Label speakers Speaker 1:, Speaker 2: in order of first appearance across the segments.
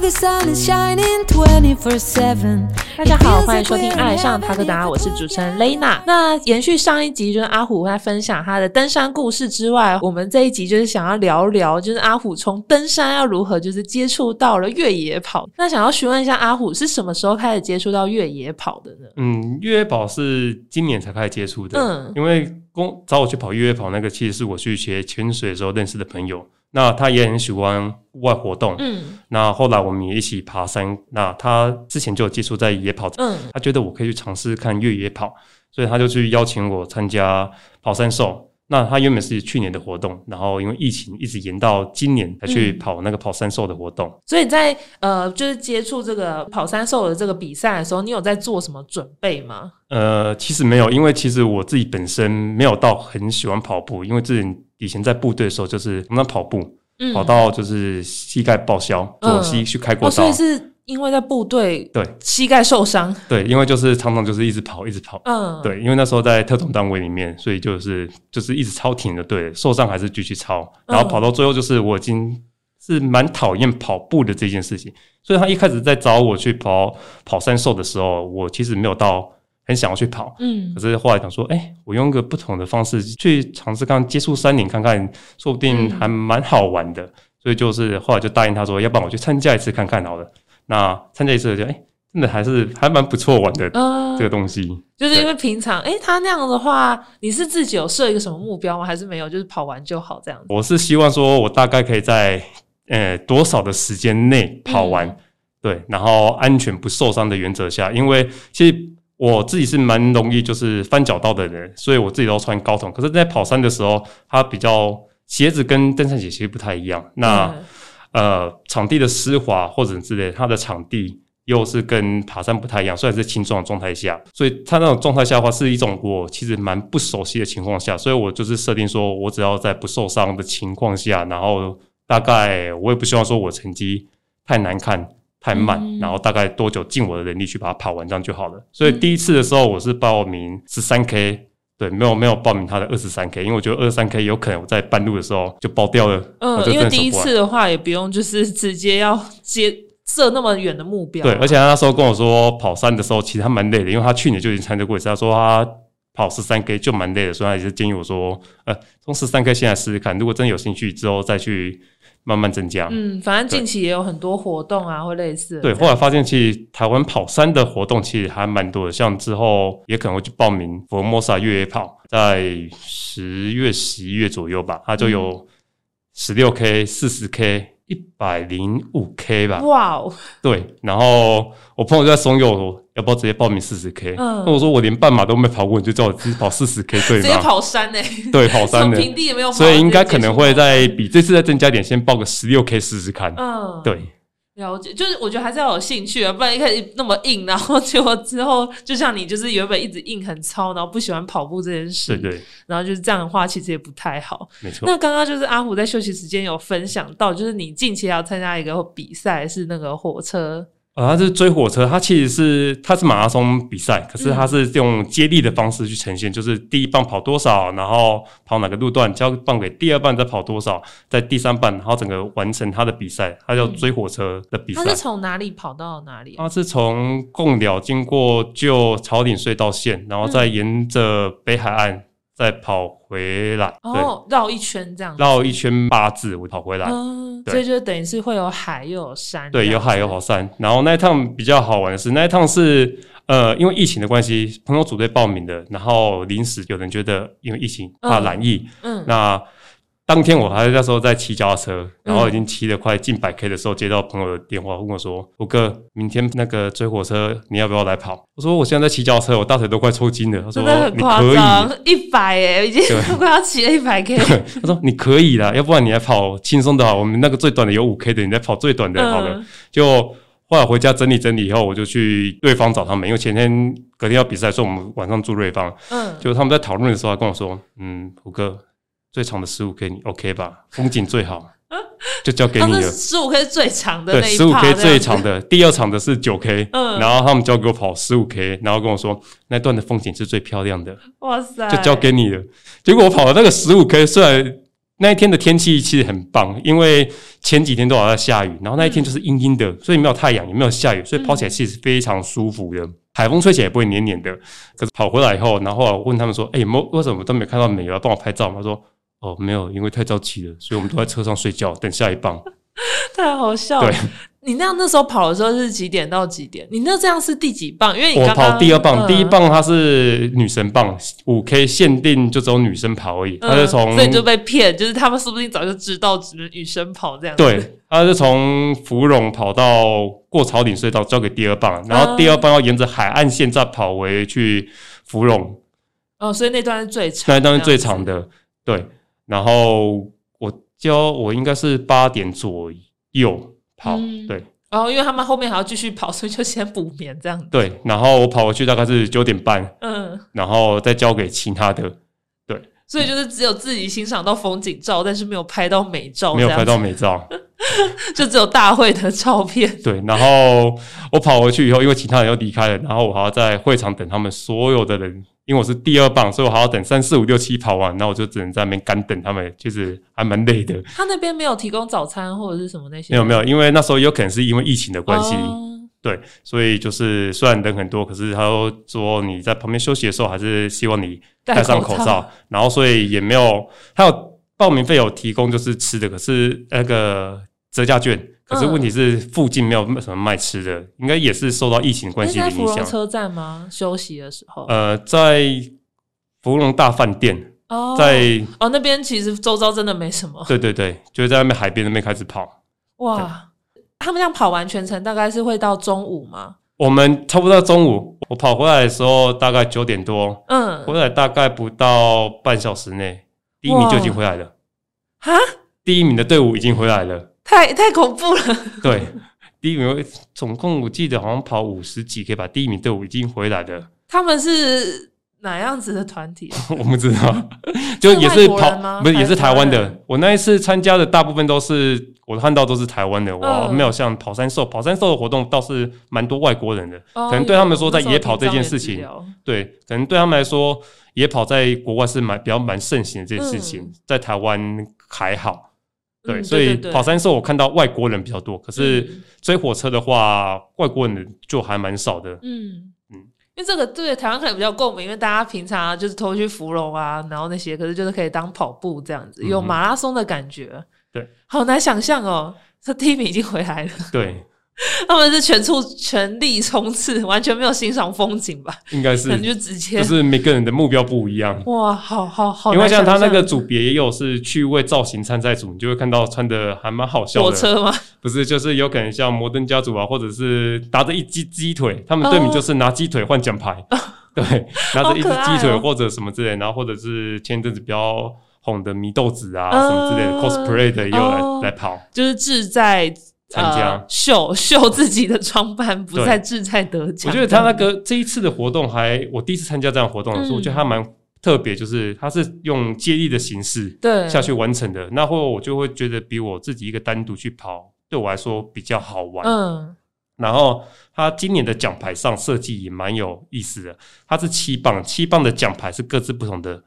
Speaker 1: the sun is shining 24/7.
Speaker 2: 大家好，欢迎收听《爱上塔克达》，我是主持人 Lena。那延续上一集，就是阿虎在分享他的登山故事之外，我们这一集就是想要聊聊，就是阿虎从登山要如何就是接触到了越野跑。那想要询问一下阿虎，是什么时候开始接触到越野跑的呢？
Speaker 3: 嗯，越野跑是今年才开始接触的，
Speaker 2: 嗯
Speaker 3: 因为公找我去跑越野跑那个，其实是我去学潜水的时候认识的朋友。那他也很喜欢户外活动，
Speaker 2: 嗯
Speaker 3: 那后来我们也一起爬山。那他之前就有接触在野跑，
Speaker 2: 嗯
Speaker 3: 他觉得我可以去尝试看越野跑，所以他就去邀请我参加跑山兽。那他原本是去年的活动，然后因为疫情一直延到今年才去
Speaker 2: 嗯
Speaker 3: 跑那个跑山兽的活动。
Speaker 2: 所以你在呃，就是接触这个跑山兽的这个比赛的时候，你有在做什么准备吗？
Speaker 3: 呃，其实没有，因为其实我自己本身没有到很喜欢跑步，因为之前以前在部队的时候就是常常跑步，
Speaker 2: 嗯
Speaker 3: 跑到就是膝盖报销，左膝去开过
Speaker 2: 哦，所
Speaker 3: 刀。
Speaker 2: 以是因为在部队
Speaker 3: 对
Speaker 2: 膝盖受伤，
Speaker 3: 对，因为就是常常就是一直跑，一直跑。
Speaker 2: 嗯，，
Speaker 3: 对，因为那时候在特种单位里面，所以就是就是一直超挺的，对，受伤还是继续超，然后跑到最后就是我已经是蛮讨厌跑步的这件事情，所以他一开始在找我去跑跑山兽的时候，我其实没有到很想要去跑，
Speaker 2: 嗯
Speaker 3: 可是后来想说，哎、我用一个不同的方式去尝试看接触山林，看看，说不定还蛮好玩的。所以就是后来就答应他说，要不然我去参加一次看看好了。那参加一次就，哎、真的还是还蛮不错玩的、
Speaker 2: 嗯
Speaker 3: 这个东西。
Speaker 2: 就是因
Speaker 3: 对
Speaker 2: 为平常，诶，他那样的话，你是自己有设一个什么目标吗？还是没有？就是跑完就好这样子。
Speaker 3: 我是希望说，我大概可以在呃多少的时间内跑完，
Speaker 2: 嗯
Speaker 3: 对，然后安全不受伤的原则下，因为其实我自己是蛮容易就是翻脚到的人，所以我自己都穿高筒。可是，在跑山的时候，它比较鞋子跟登山鞋其实不太一样。那、
Speaker 2: 嗯
Speaker 3: 呃，场地的湿滑或者之类，它的场地。又是跟爬山不太一样，虽然是轻装的状态下，所以它那种状态下的话，是一种我其实蛮不熟悉的情况下，所以我就是设定说，我只要在不受伤的情况下，然后大概我也不希望说我成绩太难看、太慢，
Speaker 2: 嗯
Speaker 3: 然后大概多久尽我的能力去把它跑完，这样就好了。所以第一次的时候，我是报
Speaker 2: 嗯
Speaker 3: 名十三 K。对，没有没有报名他的二十三 K，因为我觉得二十三 K 有可能我在半路的时候就爆掉了，我就
Speaker 2: 嗯，因
Speaker 3: 真
Speaker 2: 为
Speaker 3: 的走
Speaker 2: 第一
Speaker 3: 不完
Speaker 2: 次的话，也不用就是直接要接设那么远的目标。啊
Speaker 3: 对，而且他那时候跟我说跑山的时候，其实他蛮累的，因为他去年就已经参加过一次。他说他跑十三 K 就蛮累的，所以他也是建议我说，呃，从十三 K 现在试试看，如果真的有兴趣，之后再去慢慢增加。
Speaker 2: 嗯，反正近期也有很多活动啊，或类似的
Speaker 3: 对，
Speaker 2: 这
Speaker 3: 后
Speaker 2: 样
Speaker 3: 来发现其实台湾跑山的活动其实还蛮多的，像之后也可能会去报名佛摩萨越野跑，在十月、十一月左右吧，它就有十六 K、四十 K、一百零五 K 吧，
Speaker 2: 哇哦，
Speaker 3: 对，然后我朋友就在怂恿我，要不要直接报名四十 K？
Speaker 2: 嗯
Speaker 3: 那我说我连半马都没跑过，你就叫我直接跑四十 K 对
Speaker 2: 直接
Speaker 3: 吗？
Speaker 2: 跑山呢、
Speaker 3: 对，跑山
Speaker 2: 从
Speaker 3: 的，
Speaker 2: 平地也没有跑，
Speaker 3: 所以应该可能会在
Speaker 2: 直接接触
Speaker 3: 比这次再增加一点，先报个十六 K 试试看。
Speaker 2: 到嗯，
Speaker 3: 对，
Speaker 2: 了解，就是我觉得还是要有兴趣啊，不然一开始那么硬，然后结果之后就像你就是原本一直硬很糙，然后不喜欢跑步这件事，
Speaker 3: 对对，
Speaker 2: 然后就是这样的话，其实也不太好。
Speaker 3: 没错。
Speaker 2: 那刚刚就是阿虎在休息时间有分享到，就是你近期要参加一个比赛，是那个火车，
Speaker 3: 啊，它是追火车，它其实是它是马拉松比赛，可
Speaker 2: 嗯
Speaker 3: 是它是用接力的方式去呈现，就是第一棒跑多少，然后跑哪个路段，交棒给第二棒再跑多少，在第三棒，然后整个完成它的比赛，它
Speaker 2: 嗯
Speaker 3: 叫追火车的比赛。
Speaker 2: 他是从哪里跑到哪里啊？
Speaker 3: 它是从贡寮经过旧草岭隧道线，然后再沿着北海岸再跑回来，对，
Speaker 2: 哦，绕一圈这样子，
Speaker 3: 绕一圈八字我跑回来。
Speaker 2: 嗯，
Speaker 3: 对
Speaker 2: 所以就等于是会有海又有山，
Speaker 3: 对，有海有
Speaker 2: 跑。
Speaker 3: 跑山。然后那一趟比较好玩的是，那一趟是呃，因为疫情的关系，朋友组队报名的，然后临时有人觉得因为疫情怕懒疫，
Speaker 2: 嗯，
Speaker 3: 那当天我还那时候在骑脚踏车，
Speaker 2: 嗯
Speaker 3: 然后已经骑了快近百 K 的时候，接到朋友的电话，问我说：“胡哥，明天那个追火车，你要不要来跑？”我说：“我现在在骑脚踏车，我大腿都快抽筋了。”他
Speaker 2: 真
Speaker 3: 说
Speaker 2: 的：“很
Speaker 3: 你
Speaker 2: 夸
Speaker 3: 可以。”
Speaker 2: 张，一百哎，已经
Speaker 3: 对
Speaker 2: 快要骑了一百 K，
Speaker 3: 他说：“你可以啦，要不然你来跑轻松的好，我们那个最短的有五 K 的，你再跑最短的好了。
Speaker 2: 嗯
Speaker 3: 就后来回家整理整理以后，我就去瑞芳找他们，因为前天隔天要比赛，所以我们晚上住瑞芳。
Speaker 2: 嗯，
Speaker 3: 就他们在讨论的时候，他跟我说：“嗯，胡哥，最长的十五 K 你 OK 吧？风景最好，就交给
Speaker 2: 他
Speaker 3: 你
Speaker 2: 是
Speaker 3: 了。”
Speaker 2: 哦十五 K 最长的
Speaker 3: 对，
Speaker 2: 那一
Speaker 3: 十五 K
Speaker 2: 趴这样子
Speaker 3: 最长的，第二场的是九 K，
Speaker 2: 嗯
Speaker 3: 然后他们交给我跑十五 K，然后跟我说那段的风景是最漂亮的，
Speaker 2: 哇塞，
Speaker 3: 就交给你了。结果我跑了那个十五 K，虽然那一天的天气其实很棒，因为前几天都好像在下雨，然后那一天就是阴阴
Speaker 2: 嗯
Speaker 3: 的，所以没有太阳，也没有下雨，所以跑起来其实非常舒服的。海风吹起来也不会黏黏的。可是跑回来以后，然后我问他们说：“哎、有没有为什么都没有看到美有要帮我拍照吗？”他说：“哦，没有，因为太着急了，所以我们都在车上睡觉，等下一棒。
Speaker 2: 太好笑了
Speaker 3: 对。
Speaker 2: 你那样那时候跑的时候是几点到几点？你那这样是第几棒？因为 你
Speaker 3: 我
Speaker 2: 刚刚
Speaker 3: 跑第二棒，
Speaker 2: 嗯
Speaker 3: 第一棒它是女神棒，五 K 限定就只有女生跑而已，它
Speaker 2: 嗯
Speaker 3: 是从、
Speaker 2: 所以你就被骗，就是他们说不定早就知道只能女生跑这样子。
Speaker 3: 对，他是从芙蓉跑到过草岭隧道，交给第二棒，然后第二棒要沿着海岸线再跑回去芙蓉，
Speaker 2: 哦，所以那段是最长，
Speaker 3: 那一段是最长的。对，然后我教我应该是八点左右跑，
Speaker 2: 嗯
Speaker 3: 对
Speaker 2: 这样子。哦，因为他们后面还要继续跑，所以就先补眠这样子。
Speaker 3: 对，然后我跑回去大概是九点半，
Speaker 2: 嗯，
Speaker 3: 然后再交给其他的，
Speaker 2: 所以就是只有自己欣赏到风景照，但是没有拍到美照，
Speaker 3: 没
Speaker 2: 哦
Speaker 3: 有
Speaker 2: 这样
Speaker 3: 拍
Speaker 2: 子
Speaker 3: 到美照。
Speaker 2: 就只有大会的照片。
Speaker 3: 对，然后我跑回去以后，因为其他人又离开了，然后我还要在会场等他们所有的人，因为我是第二棒，所以我还要等三四五六七跑完，那我就只能在那边干等他们，就是还蛮累的。
Speaker 2: 他那边没有提供早餐或者是什么那些，
Speaker 3: 没有没有，因为那时候有可能是因为疫情的关系，
Speaker 2: 哦
Speaker 3: 对，所以就是虽然人很多，可是他又说你在旁边休息的时候，还是希望你戴上口
Speaker 2: 戴口
Speaker 3: 罩
Speaker 2: 罩，
Speaker 3: 然后所以也没有，还有报名费有提供就是吃的，可是呃那个折价券，可是
Speaker 2: 嗯
Speaker 3: 问题是附近没有什么卖吃的，应该也是受到疫情关
Speaker 2: 那是
Speaker 3: 系的
Speaker 2: 在芙
Speaker 3: 影
Speaker 2: 蓉
Speaker 3: 响。
Speaker 2: 车站吗？休息的时候，
Speaker 3: 呃，在芙蓉大饭店，
Speaker 2: 哦，
Speaker 3: 在
Speaker 2: 哦那边其实周遭真的没什么。
Speaker 3: 对对对，就是在那边海边那边开始跑。
Speaker 2: 哇，他们这样跑完全程大概是会到中午吗？
Speaker 3: 我们差不多到中午，我跑回来的时候大概九点多，
Speaker 2: 嗯，
Speaker 3: 回来大概不到半小时内，第一名就已经回来了，
Speaker 2: 哈，
Speaker 3: 第一名的队伍已经回来了。
Speaker 2: 太太恐怖了。
Speaker 3: 对，第一名总共我记得好像跑五十几 K 吧，第一名队伍已经回来了。
Speaker 2: 他们是哪样子的团体啊？
Speaker 3: 我不知道，就也
Speaker 2: 是外
Speaker 3: 是
Speaker 2: 国人吗
Speaker 3: 跑，不是也是台湾
Speaker 2: 台湾
Speaker 3: 的。我那一次参加的大部分都是我看到都是台湾的，我
Speaker 2: 嗯
Speaker 3: 没有像跑山兽，跑山兽的活动倒是蛮多外国人的。
Speaker 2: 哦
Speaker 3: 可能对他们说在
Speaker 2: 有那时候
Speaker 3: 野跑这件
Speaker 2: 听
Speaker 3: 事情
Speaker 2: 张远之聊
Speaker 3: 对，可能对他们来说，野跑在国外是蛮比较蛮盛行的这件事情，
Speaker 2: 嗯
Speaker 3: 在台湾还好。对，
Speaker 2: 嗯
Speaker 3: 所
Speaker 2: 对
Speaker 3: 以
Speaker 2: 对对
Speaker 3: 跑山兽我看到外国人比较多，可是
Speaker 2: 嗯
Speaker 3: 追火车的话，外国人就还蛮少 的。
Speaker 2: 嗯
Speaker 3: 嗯
Speaker 2: 因为这个对台湾可能比较共鸣，因为大家平常啊就是偷去芙蓉啊，然后那些，可是就是可以当跑步这样子，
Speaker 3: 嗯哼
Speaker 2: 有马拉松的感觉。
Speaker 3: 对，
Speaker 2: 好难想象哦。这第一名已经回来了，
Speaker 3: 对，
Speaker 2: 他们是全速全力冲刺，完全没有欣赏风景吧？
Speaker 3: 应该
Speaker 2: 可
Speaker 3: 是
Speaker 2: 能就哦直接、
Speaker 3: 就是每个人的目标不一样。
Speaker 2: 哇，好好好
Speaker 3: 因
Speaker 2: 难
Speaker 3: 为
Speaker 2: 想象，
Speaker 3: 像他那个组别也有是趣味造型参赛组，你就会看到穿的还蛮好笑
Speaker 2: 火
Speaker 3: 的，
Speaker 2: 车吗？
Speaker 3: 不是就是有可能像摩登家族啊，或者是拿着一鸡鸡腿，他们队名就是拿鸡腿换奖牌，
Speaker 2: 哦
Speaker 3: 对，拿着一只鸡
Speaker 2: 好可爱
Speaker 3: 腿
Speaker 2: 哦
Speaker 3: 或者什么之类，然后或者是前阵子比较红的祢豆子啊、
Speaker 2: 嗯
Speaker 3: 什么之类的 cosplay 的也有来、
Speaker 2: 哦
Speaker 3: 来跑，
Speaker 2: 就是志在
Speaker 3: 参加
Speaker 2: 呃、秀秀自己的装扮，不
Speaker 3: 对
Speaker 2: 再志在得奖。
Speaker 3: 我觉得他那个这一次的活动还，我第一次参加这样的活动的时候，
Speaker 2: 嗯
Speaker 3: 我觉得他蛮特别，就是他是用接力的形式
Speaker 2: 对
Speaker 3: 下去完成的。那会我就会觉得比我自己一个单独去跑，对我来说比较好玩。
Speaker 2: 嗯
Speaker 3: 然后他今年的奖牌上设计也蛮有意思的，它是七磅，七磅的奖牌是各自不同的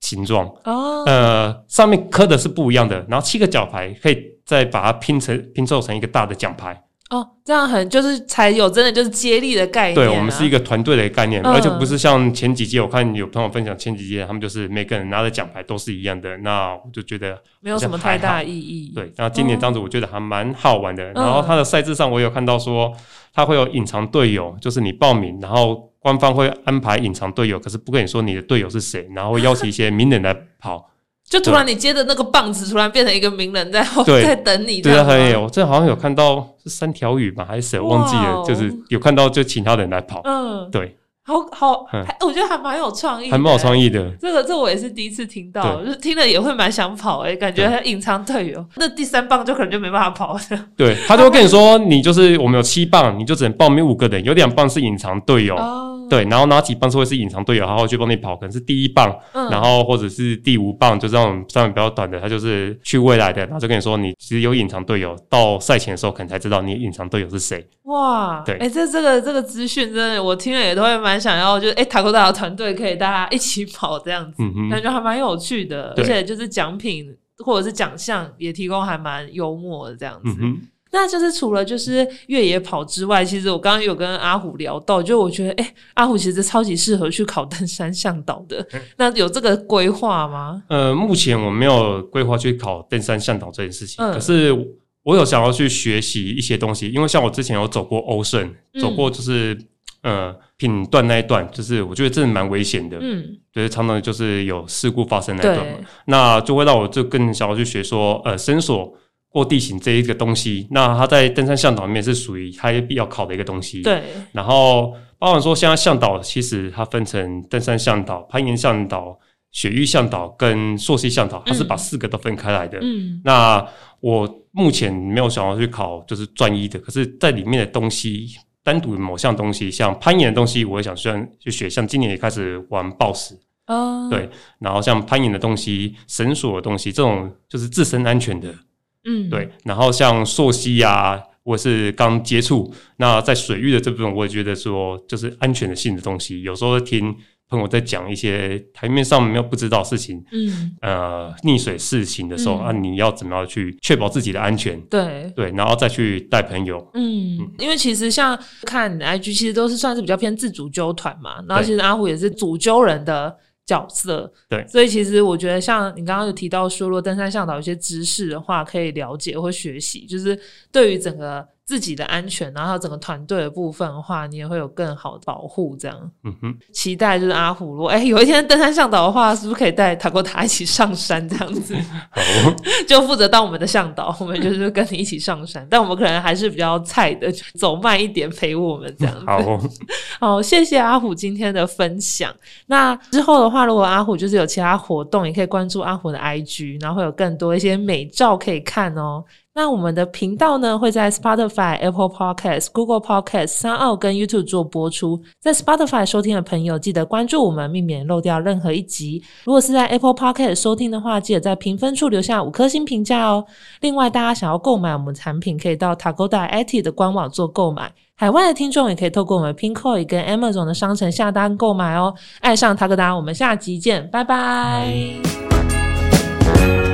Speaker 3: 形状，
Speaker 2: 哦
Speaker 3: 呃，上面刻的是不一样的，然后七个奖牌可以再把它拼成拼凑成一个大的奖牌。
Speaker 2: 哦，这样很就是才有真的就是接力的概念、啊
Speaker 3: 对，我们是一
Speaker 2: 个
Speaker 3: 个团队的概念，
Speaker 2: 嗯
Speaker 3: 而且不是像前几届，我看有朋友分享前几届，他们就是每个人拿的奖牌都是一样的。那我就觉得
Speaker 2: 没有什么太大意义。
Speaker 3: 对，那今年这样子我觉得还蛮好玩的。然后
Speaker 2: 嗯
Speaker 3: 它的赛制上，我有看到说它会有隐藏队友，就是你报名，然后官方会安排隐藏队友，可是不跟你说你的队友是谁，然后会邀请一些名人来 跑。
Speaker 2: 就突然你接的那个棒子，突然变成一个名人在后
Speaker 3: 对
Speaker 2: 在等你这
Speaker 3: 对啊，
Speaker 2: 样吗，
Speaker 3: 很有，这好像有看到是三条鱼吧，还是谁我忘记
Speaker 2: 哇
Speaker 3: 了，
Speaker 2: 哦
Speaker 3: 就是有看到就请他人来跑。
Speaker 2: 嗯，
Speaker 3: 对，
Speaker 2: 好好，
Speaker 3: 嗯
Speaker 2: 还我觉得还蛮有创意，
Speaker 3: 还蛮有创
Speaker 2: 意。
Speaker 3: 意的。
Speaker 2: 这个这我也是第一次听到，
Speaker 3: 对
Speaker 2: 就是听了也会蛮想跑哎、感觉
Speaker 3: 对
Speaker 2: 还隐藏队友。那第三棒就可能就没办法跑了。
Speaker 3: 对他就会跟你说，你就是我们有七棒，你就只能报名五个人，有两棒是隐藏队友。
Speaker 2: 哦，
Speaker 3: 对，然后哪几棒是会是隐藏队友，然后去帮你跑，可能是第一棒，
Speaker 2: 嗯
Speaker 3: 然后或者是第五棒，就这种上面比较短的，他就是去未来的，然后就跟你说你其实有隐藏队友，到赛前的时候可能才知道你隐藏队友是谁。
Speaker 2: 哇，
Speaker 3: 对
Speaker 2: 哎、这这个这个资讯真的，我听了也都会蛮想要，就是哎，塔科大的团队可以大家一起跑这样子，
Speaker 3: 嗯哼
Speaker 2: 感觉还蛮有趣的，而
Speaker 3: 对
Speaker 2: 且就是奖品或者是奖项也提供还蛮幽默的这样子。
Speaker 3: 嗯哼，
Speaker 2: 那就是除了就是越野跑之外，其实我刚刚有跟阿虎聊到，就我觉得，哎、阿虎其实超级适合去考登山向导的。
Speaker 3: 嗯
Speaker 2: 那有这个规划吗？
Speaker 3: 呃，目前我没有规划去考登山向导这件事情，
Speaker 2: 嗯
Speaker 3: 可是我有想要去学习一些东西，因为像我之前有走过 Ocean，
Speaker 2: 嗯
Speaker 3: 走过就是、呃品段那一段，就是我觉得真的蛮危险的，
Speaker 2: 嗯，
Speaker 3: 对，常常就是有事故发生那一段嘛
Speaker 2: 对，，
Speaker 3: 那就会让我就更想要去学说呃绳索。过地形这一个东西，那它在登山向导里面是属于它必要考的一个东西。
Speaker 2: 对，
Speaker 3: 然后包含说，现在向导其实它分成登山向导、攀岩向导、雪域向导跟溯溪向导，它是把四个都分开来的。
Speaker 2: 嗯
Speaker 3: 那我目前没有想要去考就是专一的，可是在里面的东西。单独某项东西，像攀岩的东西，我也想虽然去学，像今年也开始玩暴食，
Speaker 2: 啊，
Speaker 3: 对，然后像攀岩的东西、绳索的东西，这种就是自身安全的，
Speaker 2: 嗯，
Speaker 3: 对，然后像溯溪啊，我是刚接触，那在水域的这部分，我也觉得说就是安全的性的东西，有时候听朋友在讲一些台面上没有不知道的事情，
Speaker 2: 嗯，
Speaker 3: 呃，溺水事情的时候、
Speaker 2: 嗯
Speaker 3: 啊，你要怎么样去确保自己的安全？
Speaker 2: 对。
Speaker 3: 对，然后再去带朋友。
Speaker 2: 嗯，因为其实像看你的 IG，其实都是算是比较偏自主纠团嘛。然后
Speaker 3: 对
Speaker 2: 其实阿虎也是主纠人的角色，
Speaker 3: 对
Speaker 2: 所以其实我觉得像你刚刚有提到说，如果登山向导有些知识的话，可以了解或学习，就是对于整个自己的安全，然后还有整个团队的部分的话，你也会有更好的保护。这样
Speaker 3: 嗯哼，
Speaker 2: 期待就是阿虎，如果哎、有一天登山向导的话，是不是可以带塔哥塔一起上山这样子？
Speaker 3: 好，
Speaker 2: 就负责当我们的向导，我们就是跟你一起上山，但我们可能还是比较菜的，就走慢一点陪我们这样子。
Speaker 3: 好，
Speaker 2: 好，谢谢阿虎今天的分享。那之后的话，如果阿虎就是有其他活动，也可以关注阿虎的 IG，然后会有更多一些美照可以看哦。那我们的频道呢会在 Spotify、Apple Podcast、Google Podcast、三奥跟 YouTube 做播出。在 Spotify 收听的朋友，记得关注我们，避免漏掉任何一集。如果是在 Apple Podcast 收听的话，记得在评分处留下五颗星评价哦。另外，大家想要购买我们产品，可以到 Tagoda IT 的官网做购买。海外的听众也可以透过我们 Pinkoi 跟 Amazon 的商城下单购买哦。爱上塔格达，我们下集见，拜拜。